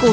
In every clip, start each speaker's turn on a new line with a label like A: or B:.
A: 股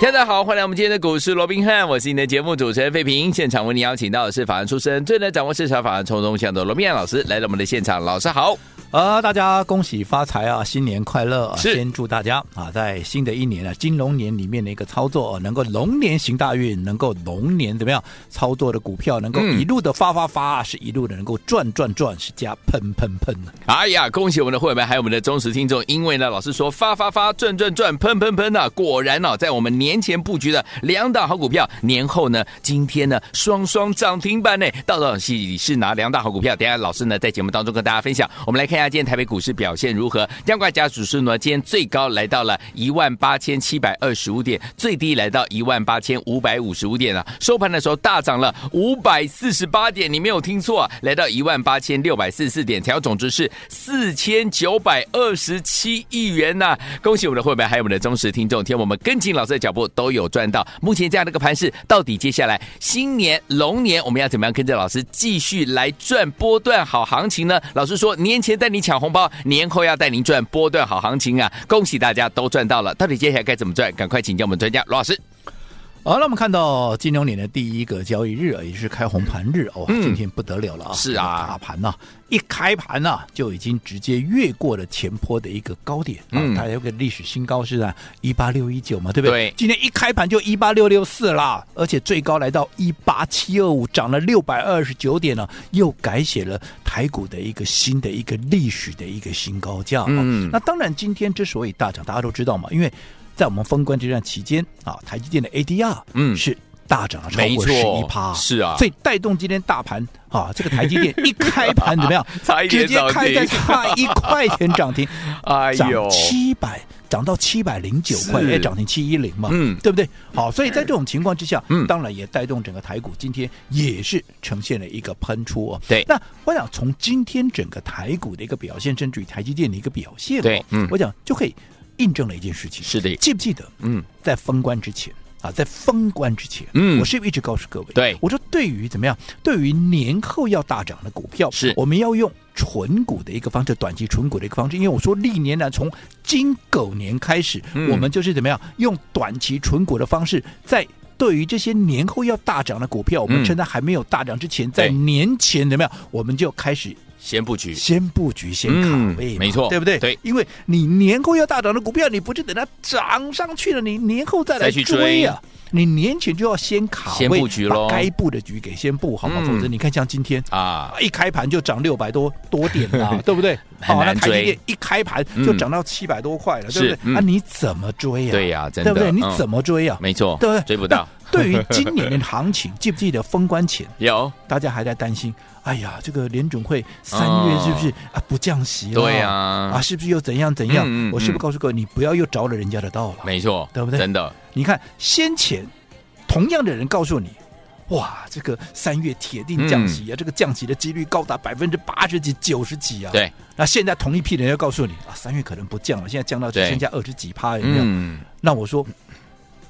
B: 大家好，欢迎来我们今天的股市罗宾汉，我是你的节目主持人费平。现场为您邀请到的是法案出身、最能掌握市场法案冲动向的罗宾汉老师来到我们的现场，老师好。
C: 啊、大家恭喜发财啊！新年快乐！啊、
B: 是
C: 先祝大家啊，在新的一年啊，金龙年里面的一个操作、啊能够龙年行大运，呃能够龙年怎么样操作的股票，能够
B: 嗯
C: 一路的发发发，是一路的能够赚赚赚，是加喷喷喷啊
B: 哎呀，恭喜我们的会员，还有我们的忠实听众，因为呢，老师说发发发，赚赚赚，喷喷喷啊，果然呢、在我们年前布局的两档好股票，年后呢，今天呢，双双涨停板呢，到底是哪两档好股票？等一下老师呢，在节目当中跟大家分享。我们来看一下今天台北股市表现如何，加挂加指数呢，今天最高来到了一万八千七百二十五点，最低来到一万八千五百五十五点啊，收盘的时候大涨了五百四十八点，你没有听错、啊，来到一万八千六百四十四点，成交总值是四千九百二十七亿元呐、恭喜我们的会员，还有我们的忠实听众，听我们跟紧老师的脚步都有赚到。目前这样的一个盘势，到底接下来新年龙年我们要怎么样跟着老师继续来赚波段好行情呢？老师说年前带你抢红包，年后要带您赚波段好行情啊！恭喜大家都赚到了，到底接下来该怎么赚？赶快请教我们专家罗老师。
C: 好，那我们看到金融年的第一个交易日啊，也是开红盘日哦，
B: 嗯
C: 今天不得了了啊！
B: 是啊
C: 大盘呐、一开盘呐、就已经直接越过了前坡的一个高点，啊
B: 嗯
C: 它有个历史新高是啊一八六一九嘛，对不对？
B: 对
C: 今天一开盘就一八六六四啦，而且最高来到一八七二五，涨了六百二十九点呢、又改写了台股的一个新的一个历史的一个新高价、哦。
B: 嗯
C: 那当然，今天之所以大涨，大家都知道嘛，因为在我们封关这段期间啊，台积电的 ADR
B: 嗯
C: 是大涨了超
B: 没
C: 过
B: 错
C: 十一趴，
B: 是啊
C: 所以带动今天大盘啊，这个台积电一开盘怎么样，
B: 差一点
C: 直接
B: 涨停
C: 开在差一块钱涨停，
B: 哎
C: 涨
B: 呦
C: 七百。涨到七百零九块，
B: 是
C: 也涨停七一零嘛，
B: 嗯
C: 对不对？好，所以在这种情况之下，
B: 嗯
C: 当然也带动整个台股今天也是呈现了一个喷出哦。
B: 对
C: 那我想从今天整个台股的一个表现，甚至于台积电的一个表现、哦，
B: 对嗯
C: 我想就可以印证了一件事情，
B: 是的
C: 记不记得？
B: 嗯，
C: 在封关之前啊，在封关之前，
B: 嗯
C: 我是不是一直告诉各位，
B: 对
C: 我说对于怎么样，对于年后要大涨的股票，
B: 是
C: 我们要用纯股的一个方式，短期纯股的一个方式，因为我说历年呢，从金狗年开始，
B: 嗯
C: 我们就是怎么样用短期纯股的方式在。对于这些年后要大涨的股票，我
B: 嗯
C: 们趁它还没有大涨之前，
B: 对
C: 在年前怎么样，我们就开始
B: 先布局，
C: 先布局，先
B: 嗯
C: 卡位嘛、
B: 没错
C: 对不对？
B: 对
C: 因为你年后要大涨的股票，你不是等它涨上去了，你年后再来
B: 再去追
C: 啊。你年前就要先卡位，
B: 先布局咯
C: 把该布的局给先布好嘛，
B: 嗯
C: 否则你看像今天
B: 啊，
C: 一开盘就涨六百多多点啦、 对不对？
B: 很
C: 好
B: 难
C: 那台积
B: 追嗯
C: 电一开盘就涨到七百多块了，对
B: 是
C: 不对？
B: 嗯
C: 啊，你怎么追呀、
B: 对呀真的
C: 对不对？你
B: 嗯
C: 怎么追呀、
B: 没错，
C: 对不对？
B: 追不 到，
C: 那对于今年的行情， 记不记得封关前
B: 有
C: 大家还在担心，哎呀，这个联准会三月是不是、啊不降息了？
B: 哦对呀
C: 啊，是不是又怎样怎样？
B: 嗯嗯
C: 我是不是告诉各位，你不要又着了人家的道了？
B: 没错，
C: 对不对
B: 真的，
C: 你看先前同样的人告诉你。哇，这个三月铁定降息啊！
B: 嗯
C: 这个降息的几率高达百分之八十几、九十几啊！，
B: 对，
C: 那现在同一批人又告诉你啊，三月可能不降了，现在降到只
B: 对
C: 剩下二十几趴，有没有？
B: 嗯，
C: 那我说，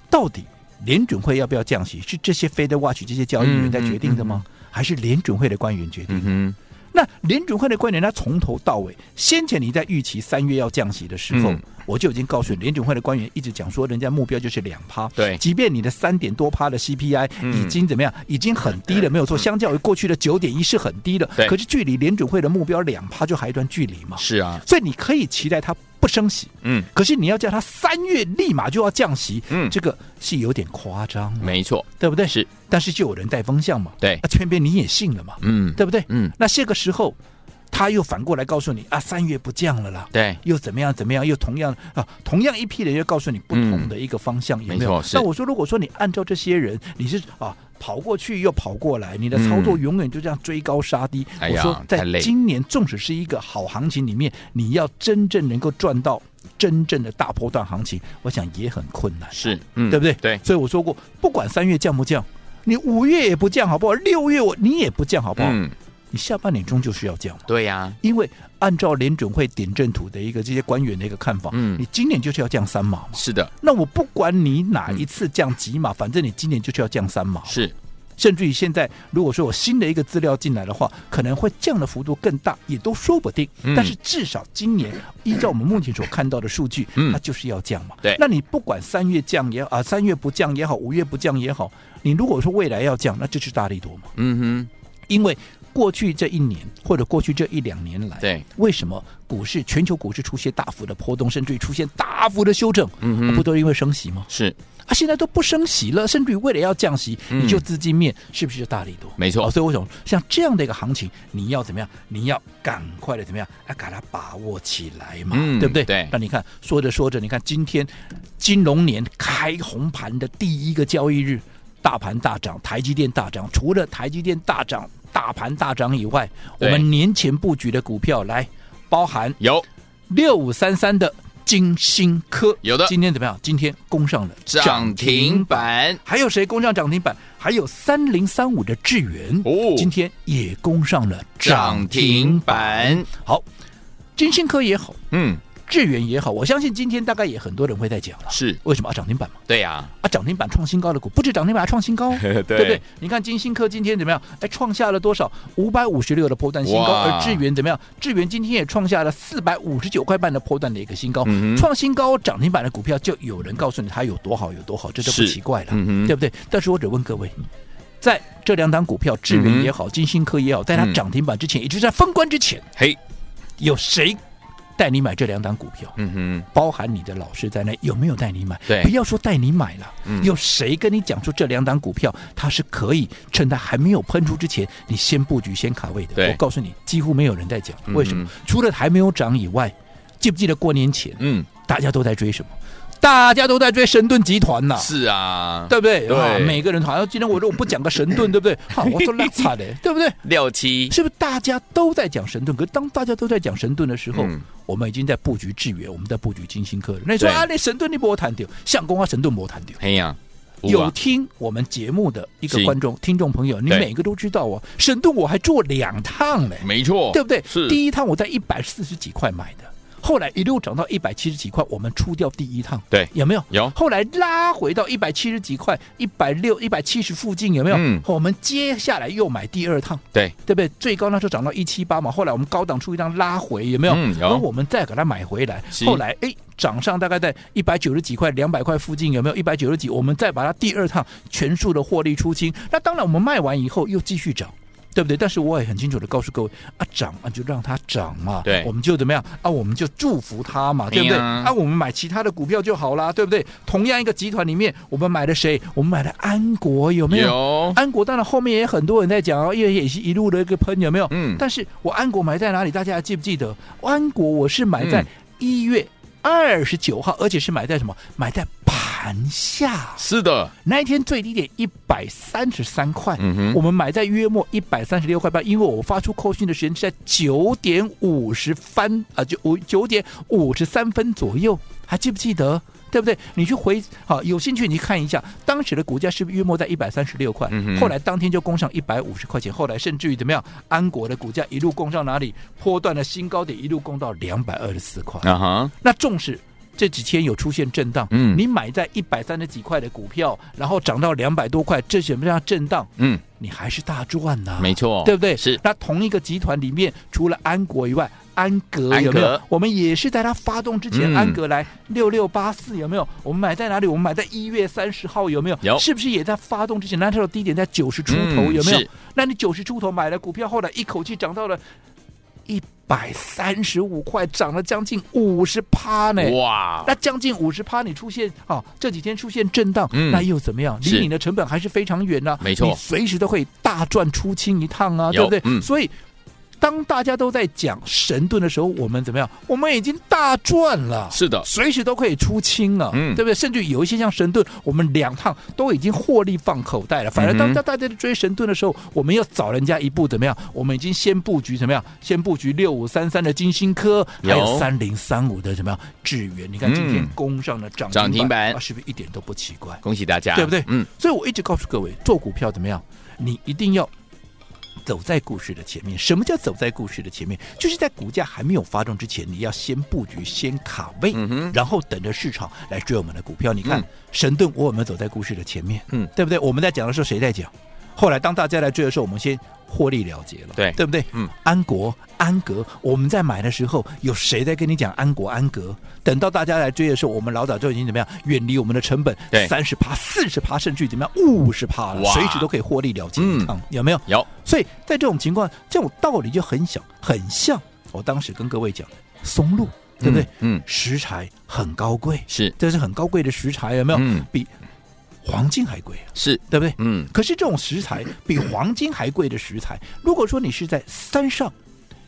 C: 到底联准会要不要降息，是这些 Fed Watch 这些交易员在决定的吗？还是联准会的官员决
B: 嗯
C: 定？
B: 哼，
C: 那联准会的官员，他从头到尾，先前你在预期三月要降息的时候，
B: 嗯
C: 我就已经告诉你，联准会的官员一直讲说，人家目标就是两趴。
B: 对
C: 即便你的三点多趴的 CPI
B: 嗯
C: 已经怎么样，已经很低了，没有错，相较于过去的九点一是很低的
B: 对，
C: 可是距离联准会的目标两趴就还有一段距离嘛。
B: 是啊，
C: 所以你可以期待它不升息，
B: 嗯，
C: 可是你要叫它三月立马就要降息，
B: 嗯
C: 这个是有点夸张了，
B: 没错，
C: 对不对？
B: 是，
C: 但是就有人带风向嘛，
B: 对
C: 那偏偏你也信了嘛，
B: 嗯，
C: 对不对？
B: 嗯，
C: 那这个时候他又反过来告诉你啊，三月不降了啦。
B: 对，
C: 又怎么样？怎么样？又同样啊，同样一批人又告诉你不同的一个方向，有
B: 嗯没
C: 没
B: 错
C: 有？
B: 是
C: 那我说，如果说你按照这些人，你是啊跑过去又跑过来，你的操作
B: 嗯
C: 永远就这样追高杀低。
B: 哎
C: 我
B: 呀
C: 说，
B: 太
C: 在
B: 累
C: 今年纵使是一个好行情里面，你要真正能够赚到真正的大波段行情，我想也很困难。啊
B: 是，嗯，
C: 对不对？
B: 对，
C: 所以我说过，不管三月降不降，你五月也不降，好不好？六月我你也不降，好不好？
B: 嗯，
C: 你下半年终究是要降嘛。
B: 对呀，
C: 因为按照联准会点阵图的一个这些官员的一个看法，
B: 嗯
C: 你今年就是要降三码嘛。
B: 是的，
C: 那我不管你哪一次降几码，反正你今年就是要降三码。
B: 是
C: 甚至于现在，如果说有新的一个资料进来的话，可能会降的幅度更大，也都说不定。
B: 嗯
C: 但是至少今年，依照我们目前所看到的数据，
B: 嗯
C: 它就是要降嘛。
B: 对
C: 那你不管三月降也好啊，三月不降也好，五月不降也好，你如果说未来要降，那就是大力多嘛。
B: 嗯
C: 因为过去这一年或者过去这一两年来，
B: 对，
C: 为什么股市全球股市出现大幅的波动，甚至于出现大幅的修正，
B: 嗯哼
C: 不都是因为升息吗
B: 哼，？是
C: 啊，现在都不升息了，甚至于为了要降息，
B: 嗯
C: 你就资金面是不是就大力多？
B: 没错
C: 哦所以我想像这样的一个行情，你要怎么样？你要赶快的怎么样？来把它把握起来嘛，
B: 嗯
C: 对不对？
B: 对
C: 那你看，说着说着，你看今天金融年开红盘的第一个交易日，大盘大涨，台积电大涨。除了台积电大涨、大盘大涨以外，我
B: 对
C: 们年前布局的股票来包含
B: 有
C: 六五三三的金星科，
B: 有的
C: 今天怎么样？今天攻上了
B: 涨停。板，
C: 还有谁攻上涨停板？还有三零三五的智源
B: 哦
C: 今天也攻上了
B: 涨
C: 涨
B: 停
C: 停板。
B: 板，
C: 好，金星科也好，
B: 嗯，
C: 智源也好，我相信今天大概也很多人会在讲了。
B: 是
C: 为什么啊？涨停板嘛，
B: 对呀，
C: 啊，涨停板创新高的股，不止涨停板还创新高哦、
B: 对
C: 对不对？你看金星科今天怎么样？哎，创下了多少？五百五十六的波段新高。
B: 哇
C: 而智源怎么样？智源今天也创下了四百五十九块半的波段的一个新高。
B: 嗯哼
C: 创新高涨停板的股票，就有人告诉你它有多好有多好，这都不
B: 是
C: 奇怪了，
B: 嗯哼
C: 对不对？但是我只问各位，在这两档股票，智
B: 嗯哼
C: 源也好，金星科也好，在它
B: 嗯
C: 涨停板之前，也就是在封关之前，
B: 嘿，
C: 有谁带你买这两档股票？
B: 嗯
C: 包含你的老师在内，有没有带你买？
B: 对
C: 不要说带你买了，
B: 嗯
C: 有谁跟你讲出这两档股票它是可以趁它还没有喷出之前，你先布局、先卡位的？
B: 对
C: 我告诉你，几乎没有人在讲，
B: 嗯
C: 为什么？除了还没有涨以外，记不记得过年前
B: 哼，嗯，
C: 大家都在追什么？大家都在追神盾集团呐、
B: 是啊，
C: 对不对？
B: 对
C: 啊每个人好像今天我说我不讲个神盾，对不对？ 哈、我说那惨的，对不对？
B: 六七，
C: 是不是大家都在讲神盾？可是当大家都在讲神盾的时候，
B: 嗯
C: 我们已经在布局智源，我们在布局金星科了。那你说
B: 对
C: 啊，那神盾你不会谈掉，相公啊，神盾不会谈掉。
B: 嘿呀，五
C: 有
B: 啊
C: 听我们节目的一个
B: 是
C: 观众、听众朋友，你
B: 对
C: 每个都知道哦，神盾我还做两趟嘞，
B: 没错，
C: 对不对？
B: 是
C: 第一趟我在一百四十几块买的，后来一路涨到一百七十几块，我们出掉第一趟，
B: 对
C: 有没有？
B: 有
C: 后来拉回到一百七十几块、一百六、一百七十附近，有没有？
B: 嗯
C: 我们接下来又买第二趟，
B: 对，
C: 对不对？最高那时候涨到一七八嘛，后来我们高档出一张拉回，有没有？
B: 嗯有
C: 然后我们再给它买回来
B: 是，
C: 后来哎涨上大概在一百九十几块、两百块附近，有没有？一百九十几，我们再把它第二趟全数的获利出清。那当然，我们卖完以后又继续涨。对不对？但是我也很清楚的告诉各位啊，涨啊就让它涨嘛，
B: 对
C: 我们就怎么样啊，我们就祝福它嘛，对不对？
B: 哎呀
C: 啊，我们买其他的股票就好啦，对不对？同样一个集团里面，我们买了谁？我们买了安国，有没有？
B: 有
C: 安国当然后面也很多人在讲哦，因为也是一路的一个喷，有没有？
B: 嗯
C: 但是我安国买在哪里？大家还记不记得？安国我是买在
B: 嗯
C: 一月二十九号，而且是买在什么？买在盘下。
B: 是的，
C: 那一天最低点一百三十三块，
B: 嗯哼
C: 我们买在约莫一百三十六块半，因为我发出扣讯的时间是在九点五十分啊，九五九点五十三分左右，还记不记得？对不对？你去回好，有兴趣你看一下，当时的股价是不是约莫在一百三十六块？
B: 嗯哼
C: 后来当天就攻上一百五十块钱，后来甚至于怎么样？安国的股价一路攻上哪里？波段的新高点一路攻到两百二十四块。
B: 啊哈，
C: 那纵使这几天有出现震荡，
B: 嗯
C: 你买在一百三十几块的股票，然后涨到两百多块，这什么样震荡，
B: 嗯，
C: 你还是大赚呐、
B: 没错，
C: 对不对？
B: 是
C: 那同一个集团里面，除了安国以外，安格
B: 安格
C: 有没有？我们也是在它发动之前，
B: 嗯
C: 安格来六六八四有没有？我们买在哪里？我们买在一月三十号有没有？
B: 有
C: 是不是也在发动之前？那时候低点在九十出头、
B: 嗯
C: 有没有
B: 是？
C: 那你九十出头买了股票，后来一口气涨到了一百三十五块，涨了将近五十趴呢。
B: 哇，
C: 那将近五十趴，你出现啊，这几天出现震荡，
B: 嗯
C: 那又怎么样？
B: 是
C: 离你的成本还是非常远呢、
B: 没错
C: 你随时都可以大赚出清一趟啊，对
B: 有
C: 不对？
B: 嗯
C: 所以。当大家都在讲神盾的时候，我们怎么样？我们已经大赚了，
B: 是的
C: 随时都可以出清了，
B: 嗯
C: 对不对？甚至有一些像神盾，我们两趟都已经获利放口袋了。反而
B: 嗯
C: 当
B: 哼
C: 大家在追神盾的时候，我们要早人家一步，怎么样？我们已经先布局怎么样？先布局六五三三的金星科，还
B: 有
C: 有三零三五的怎么样？智源，你看今天
B: 嗯
C: 攻上了涨
B: 涨停板
C: 啊，是不是一点都不奇怪？
B: 恭喜大家，
C: 对不对
B: 嗯，
C: 所以我一直告诉各位，做股票怎么样，你一定要走在股市的前面。什么叫走在股市的前面？就是在股价还没有发动之前，你要先布局、先卡位，
B: 嗯哼
C: 然后等着市场来追我们的股票。你看，
B: 嗯
C: 神盾我有没有走在股市的前面？
B: 嗯
C: 对不对？我们在讲的时候，谁在讲？后来当大家来追的时候，我们先获利了结了，
B: 对
C: 对不对？
B: 嗯，
C: 安国、安格，我们在买的时候，有谁在跟你讲安国、安格？等到大家来追的时候，我们老早就已经怎么样，远离我们的成本，
B: 对
C: 三十趴、四十趴，甚至于怎么样，五十趴了，
B: 哇嗯
C: 随时都可以获利了结一趟，有没有？
B: 有，
C: 所以在这种情况，这种道理就很小，很像我当时跟各位讲的松露，对不对？
B: 嗯嗯
C: 食材很高贵，
B: 是
C: 这是很高贵的食材，有没有？
B: 嗯
C: 比黄金还贵啊，
B: 是，
C: 对不对？
B: 嗯，
C: 可是这种食材比黄金还贵的食材，如果说你是在山上，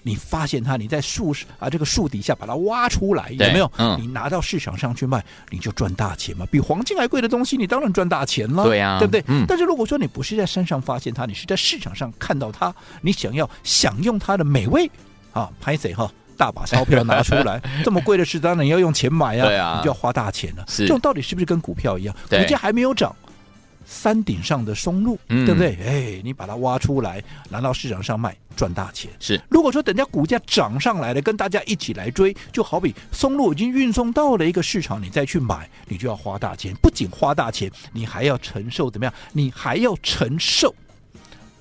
C: 你发现它，你在树啊这个树底下把它挖出来，有
B: 对
C: 没有？
B: 嗯
C: 你拿到市场上去卖，你就赚大钱嘛。比黄金还贵的东西，你当然赚大钱了，
B: 对啊
C: 对不对？
B: 嗯
C: 但是如果说你不是在山上发现它，你是在市场上看到它，你想要享用它的美味啊，拍谁哈？大把钞票拿出 来，这么贵的事当然要用钱买啊，
B: 对啊
C: 你就要花大钱了、
B: 是
C: 这种道理是不是跟股票一样？股
B: 对
C: 价还没有涨，山顶上的松露，
B: 嗯
C: 对不对？哎，你把它挖出来，拿到市场上卖，赚大钱。
B: 是
C: 如果说等价股价涨上来了，跟大家一起来追，就好比松露已经运送到了一个市场，你再去买，你就要花大钱。不仅花大钱，你还要承受怎么样？你还要承受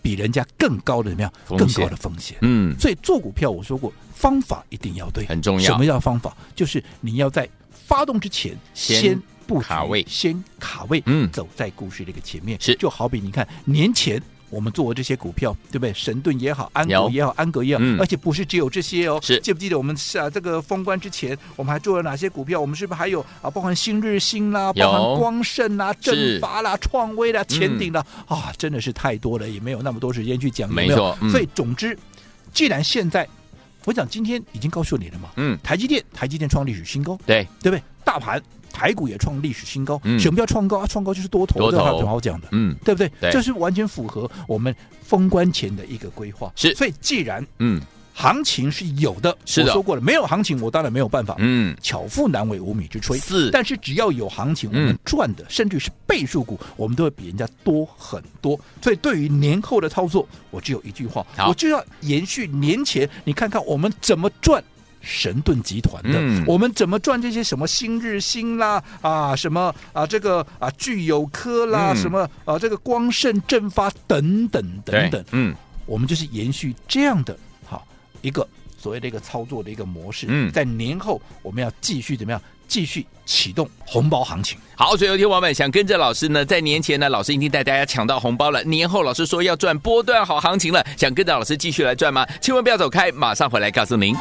C: 比人家更高的怎么样？
B: 风
C: 更
B: 险
C: 高的风险。
B: 嗯，
C: 所以做股票，我说过方法一定要对，
B: 很重要
C: 什么叫方法？就是你要在发动之前
B: 先
C: 布局
B: 卡位
C: 先卡位，
B: 嗯
C: 走在故事这个前面。
B: 是
C: 就好比你看年前。我们做的这些股票，对不对？神盾也好，安
B: 有
C: 国也好，安格也好，
B: 嗯
C: 而且不是只有这些哦。
B: 是
C: 记不记得我们啊？这个封关之前，我们还做了哪些股票？我们是不是还有啊？包含新日新啦，
B: 有
C: 包含光盛啦、
B: 是
C: 振发啦、创威啦、前顶啦，啊，真的是太多了，也没有那么多时间去讲。有
B: 嗯没
C: 有
B: 错嗯
C: 所以总之，既然现在，我讲今天已经告诉你了嘛，
B: 嗯，
C: 台积电，台积电创历史新高，
B: 对，
C: 对不对？大盘台股也创历史新高，
B: 嗯
C: 什么叫创高啊？创高就是多头，
B: 多头
C: 这还有什么好讲的？
B: 嗯
C: 对不对？
B: 对
C: 这是完全符合我们封关前的一个规划。
B: 是
C: 所以既然
B: 嗯
C: 行情是有的，
B: 是的
C: 我说过了，没有行情我当然没有办法，
B: 嗯，
C: 巧妇难为无米之炊。
B: 是
C: 但是只要有行情，我
B: 嗯
C: 们赚的、甚至是倍数股，我们都会比人家多很多。所以对于年后的操作，我只有一句话，
B: 好
C: 我就要延续年前，你看看我们怎么赚。神盾集团的，
B: 嗯
C: 我们怎么赚这些什么新日新啦啊，什么啊这个啊聚友科啦，
B: 嗯
C: 什么啊这个光盛正发等等等等
B: 对，嗯
C: 我们就是延续这样的好一个所谓的一个操作的一个模式。
B: 嗯
C: 在年后我们要继续怎么样？继续启动红包行情。
B: 好，所以有听众朋友们想跟着老师呢，在年前呢，老师已经带大家抢到红包了。年后老师说要赚波段好行情了，想跟着老师继续来赚吗？千万不要走开，马上回来告诉您。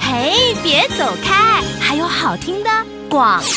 A: 嘿，别走开，还有好听的广。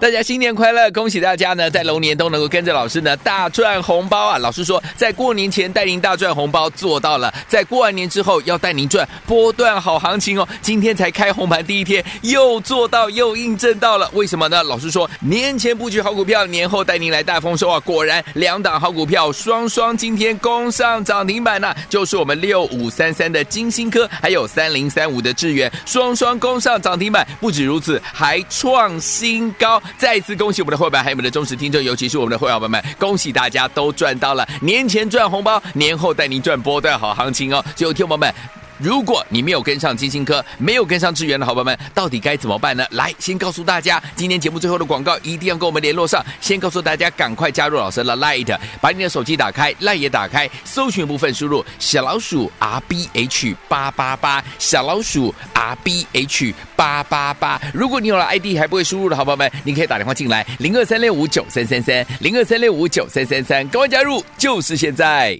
B: 大家新年快乐！恭喜大家呢，在龙年都能够跟着老师呢大赚红包啊！老师说，在过年前带您大赚红包做到了，在过完年之后要带您赚波段好行情哦。今天才开红盘第一天，又做到又印证到了，为什么呢？老师说，年前布局好股票，年后带您来大丰收啊！果然，两档好股票双双今天攻上涨停板呐、就是我们六五三三的金星科，还有三零三五的智源，双双攻上涨停板。不止如此，还创新高。再次恭喜我们的会员，还有我们的忠实听众，尤其是我们的会员朋友们，恭喜大家都赚到了，年前赚红包，年后带您赚波段好行情哦。所有听众朋友们。如果你没有跟上金星科，没有跟上智源的好朋友们，到底该怎么办呢？来，先告诉大家，今天节目最后的广告一定要跟我们联络上。先告诉大家，赶快加入老师的 Light，把你的手机打开，Light 也打开，搜寻部分输入小老鼠 R B H 八八八，小老鼠 R B H 八八八。如果你有了 ID 还不会输入的好朋友们，你可以打电话进来，零二三六五九三三三，零二三六五九三三三，赶快加入，就是现在。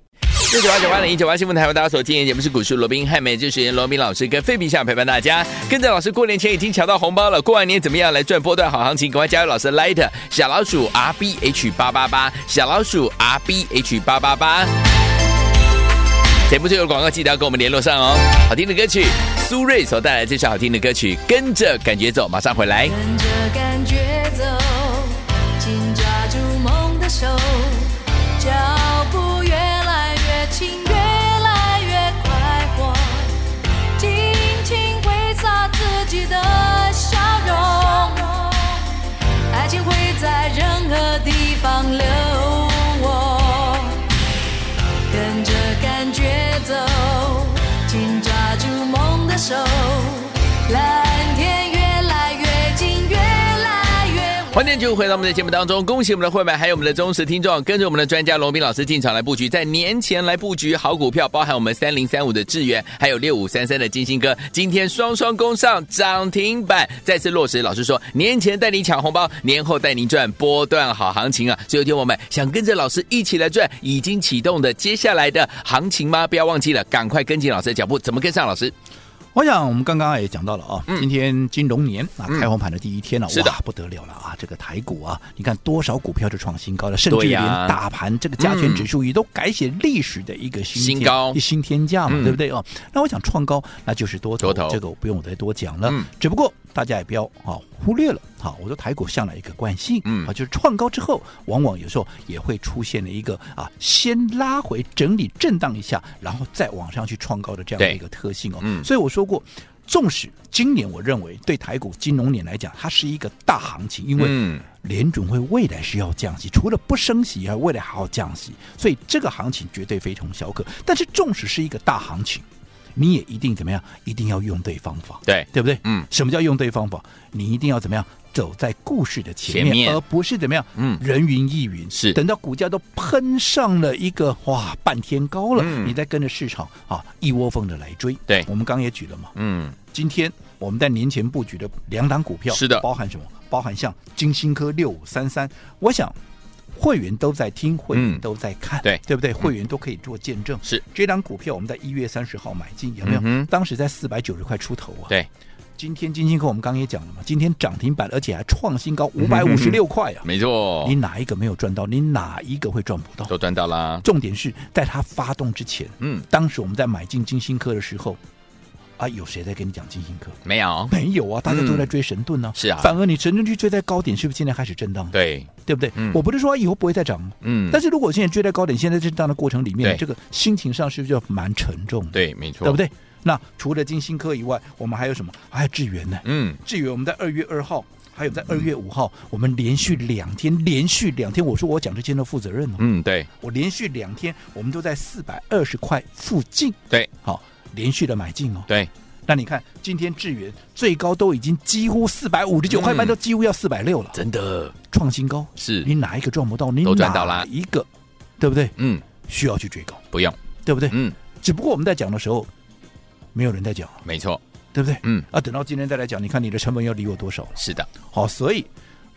B: 六九八九八零一九八新闻台为大家所今天节目是股市罗宾汉美，就是罗宾老师跟费比想陪伴大家，跟着老师过年前已经抢到红包了，过完年怎么样来赚波段好行情？赶快加入老师 Light 小老鼠 R B H 八八八，小老鼠 R B H 八八八。节目最后的广告记得要跟我们联络上哦。好听的歌曲，苏芮所带来这首好听的歌曲《跟着感觉走》，马上回来。
D: 跟着感觉走，紧抓住梦的手，脚步越来越轻，越来越快活，尽情挥洒自己的笑容，爱情会在任何地方留我。手，蓝天越来越近，越来越
B: 欢迎继续回到我们的节目当中，恭喜我们的会员，还有我们的忠实听众，跟着我们的专家龙斌老师进场来布局，在年前来布局好股票，包含我们三零三五的智源，还有六五三三的金星哥，今天双双攻上涨停板，再次落实老师说，年前带你抢红包，年后带您赚波段好行情啊！所以，听我们想跟着老师一起来赚已经启动的接下来的行情吗？不要忘记了，赶快跟紧老师的脚步，怎么跟上老师？
C: 我想我们刚刚也讲到了啊，今天金融年啊
B: 嗯
C: 开红盘的第一天了、
B: 是的
C: 哇不得了了啊！这个台股啊，你看多少股票就创新高了，甚至
B: 对
C: 连
B: 呀
C: 大盘这个加权指数也都改写历史的一个新
B: 新
C: 天
B: 高
C: 新天价嘛，
B: 嗯
C: 对不对啊？那我想创高那就是多
B: 多
C: 头，
B: 头
C: 这个我不用我再多讲了，
B: 嗯
C: 只不过大家也不要啊忽略了。好，我说台股向来一个惯性，
B: 嗯
C: 啊，就是创高之后，往往有时候也会出现了一个啊，先拉回整理震荡一下，然后再往上去创高的这样的
B: 对
C: 一个特性哦。
B: 嗯
C: 所以我说过，纵使今年我认为对台股金融年来讲，它是一个大行情，因为
B: 嗯，
C: 联准会未来是要降息，除了不升息以外，未来还要降息，所以这个行情绝对非同小可。但是纵使是一个大行情，你也一定怎么样？一定要用对方法。
B: 对，
C: 对不对？
B: 嗯
C: 什么叫用对方法？你一定要怎么样？走在故事的前
B: 前
C: 面，
B: 面
C: 而不是怎么样？
B: 嗯
C: 人云亦云。
B: 是
C: 等到股价都喷上了一个哇半天高了，
B: 嗯
C: 你再跟着市场啊一窝蜂的来追。
B: 对
C: 我们刚刚也举了嘛，
B: 嗯，
C: 今天我们在年前布局的两档股票，
B: 是的
C: 包含什么？包含像金星科六五三三，我想会员都在听，会员都在看，
B: 嗯对嗯
C: 对不对？会员都可以做见证。
B: 是
C: 这档股票我们在一月三十号买进，有没有？
B: 嗯哼
C: 当时在四百九十块出头啊。
B: 对，
C: 今天金星科我们刚刚也讲了嘛，今天涨停板，而且还创新
B: 嗯
C: 高五百五十六块啊！
B: 没错
C: 你，哪一个没有赚到？你哪一个会赚不到？
B: 都赚到啦，
C: 重点是在它发动之前，
B: 哦嗯，
C: 当时我们在买进金星科的时候，啊，有谁在跟你讲金星科？
B: 没有，
C: 没有啊，大家都在追神盾呢、
B: 嗯是啊
C: 反而你神盾去追在高点，是不是现在开始震荡？，
B: 对，
C: 对不对？
B: 嗯
C: 我不是说以后不会再涨，
B: 嗯，
C: 但是如果现在追在高点，现在震荡的过程里面，
B: 对
C: 这个心情上是不是就蛮沉重的？，
B: 对，没错，
C: 对不？对？那除了金星科以外，我们还有什么？还有智源呢？
B: 嗯，
C: 至于我们在二月二号，还有在二月五号，我们连续两天，连续两天，我说我讲这些都负责任哦，
B: 嗯，对，
C: 我连续两天，我们都在四百二十块附近，
B: 对，
C: 好，连续的买进哦。
B: 对，
C: 那你看，今天智源最高都已经几乎四百五十九块半，
B: 嗯
C: 都几乎要四百六了，
B: 真的
C: 创新高。
B: 是
C: 你，哪一个赚不到？你
B: 都赚到啦
C: 哪一个，对不对？
B: 嗯，
C: 需要去追高，
B: 不用，
C: 对不对？
B: 嗯，
C: 只不过我们在讲的时候，没有人在讲，
B: 没错，
C: 对不对？
B: 嗯，
C: 啊，等到今天再来讲，你看你的成本要离我多少了？
B: 是的，
C: 好，所以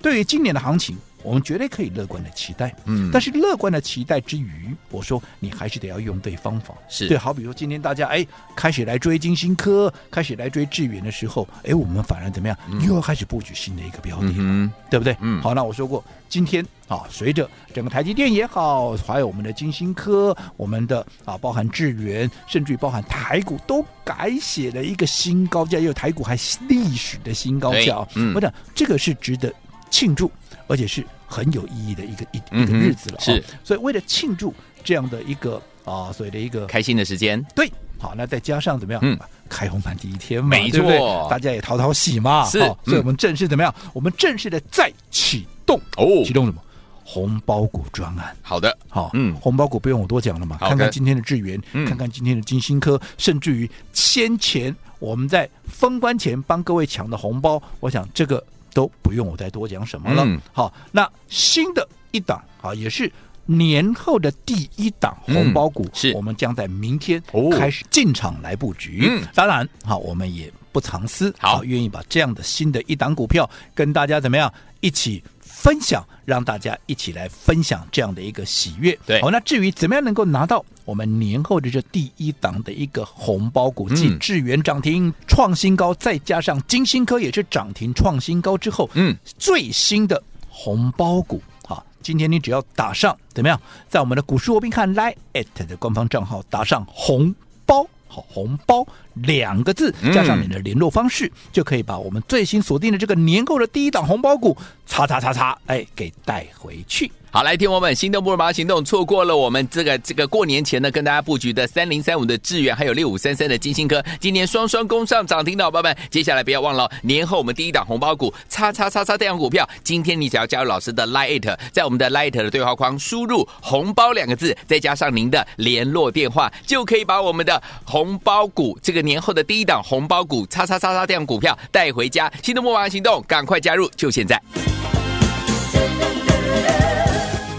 C: 对于今年的行情，我们绝对可以乐观的期待。
B: 嗯
C: 但是乐观的期待之余，我说你还是得要用对方法。
B: 是
C: 对，好比说今天大家哎开始来追金星科，开始来追智远的时候，哎，我们反而怎么样？又要开始布局新的一个标的了。
B: 嗯哼，
C: 对不对？
B: 嗯
C: 好，那我说过，今天啊，随着整个台积电也好，还有我们的金星科，我们的啊，包含智源，甚至于包含台股，都改写了一个新高价，也有台股还历史的新高价啊
B: 对嗯
C: 我想这个是值得庆祝，而且是很有意义的一个一一
B: 嗯
C: 个
B: 哼
C: 日子了、啊
B: 是，
C: 所以为了庆祝这样的一个啊，所谓的一个
B: 开心的时间，
C: 对，好，那再加上怎么样？
B: 嗯
C: 开红盘第一天嘛，
B: 没
C: 对不对
B: 错
C: 大家也讨讨喜嘛。
B: 是
C: 好所
B: 嗯
C: 以我们正式怎么样？我们正式的再启动
B: 哦
C: 启动什么？红包股专案。
B: 好的，
C: 好，
B: 嗯
C: 红包股不用我多讲了嘛，
B: 好的
C: 看看今天的智源，
B: 嗯
C: 看看今天的金星科，甚至于先前我们在封关前帮各位抢的红包，我想这个都不用我再多讲什么了。
B: 嗯
C: 好，那新的一档啊，也是。年后的第一档
B: 嗯
C: 红包股，
B: 是
C: 我们将在明天
B: 哦
C: 开始进场来布局。
B: 嗯
C: 当然，好，我们也不藏私，
B: 好
C: 愿意把这样的新的一档股票跟大家怎么样一起分享，让大家一起来分享这样的一个喜悦。
B: 对
C: 好，那至于怎么样能够拿到我们年后的这第一档的一个红包股，继
B: 嗯
C: 智源涨停创新高，再加上金星科也是涨停创新高之后，
B: 嗯，
C: 最新的红包股。好，今天你只要打上怎么样，在我们的股市罗宾看 Line at 的官方账号打上红包。好，红包两个字
B: 嗯
C: 加上你的联络方式，就可以把我们最新锁定的这个年购的第一档红包股，叉叉叉叉，哎，给带回去。
B: 好，来，天王们，心动不如马上行动，错过了我们这个这个过年前呢跟大家布局的三零三五的智源，还有六五三三的金星科，今年双双攻上涨停的伙伴们，接下来不要忘了哦年后我们第一档红包股叉叉叉叉这样股票，今天你只要加入老师的 Lite，在我们的 Lite 的对话框输入“红包”两个字，再加上您的联络电话，就可以把我们的红包股这个年后的第一档红包股叉叉叉叉这样股票带回家。心动不马上行动，赶快加入，就现在。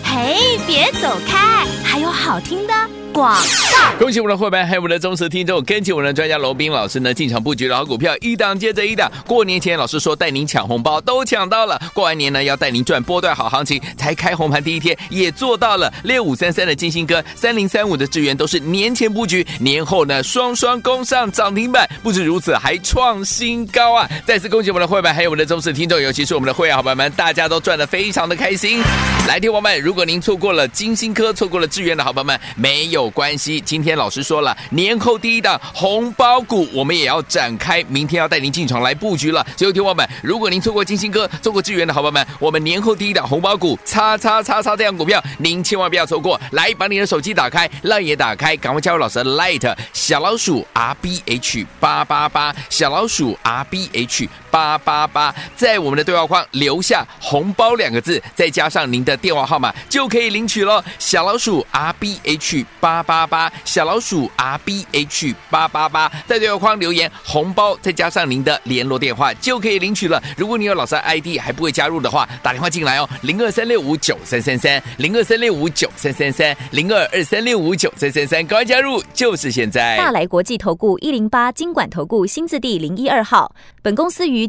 A: 嘿，别走开，还有好听的广告。
B: 恭喜我们的会员，还有我们的忠实听众，跟紧我们的专家罗斌老师呢进场布局的好股票，一档接着一档。过年前老师说带您抢红包，都抢到了；过完年呢要带您赚波段好行情，才开红盘第一天也做到了。六五三三的金星哥，三零三五的智源都是年前布局，年后呢双双攻上涨停板。不止如此，还创新高啊！再次恭喜我们的会员，还有我们的忠实听众，尤其是我们的会员好朋友们，大家都赚得非常的开心。来，听友们，如果您错过了金星科、错过了智源的好朋友们，没有关系。今天老师说了，年后第一档红包股，我们也要展开，明天要带您进场来布局了。所以，听友们，如果您错过金星科、错过智源的好朋友们，我们年后第一档红包股，叉叉叉叉这样股票，您千万不要错过。来，把你的手机打开，让也打开，赶快加入老师的 Light 小老鼠 R B H 八八八，小老鼠 R B H 八八八，在我们的对话框留下红包两个字，再加上您的电话号码，就可以领取喽。小老鼠 R B H 八八八，小老鼠 R B H 八八八，在对话框留言红包，再加上您的联络电话，就可以领取了。如果你有老师的 ID 还不会加入的话，打电话进来哦，零二三六五九三三三，零二三六五九三三三，零二二三六五九三三三，赶快加入，就是现在。
E: 大来国际投顾一零八金管投顾新字第零一二号。本公司于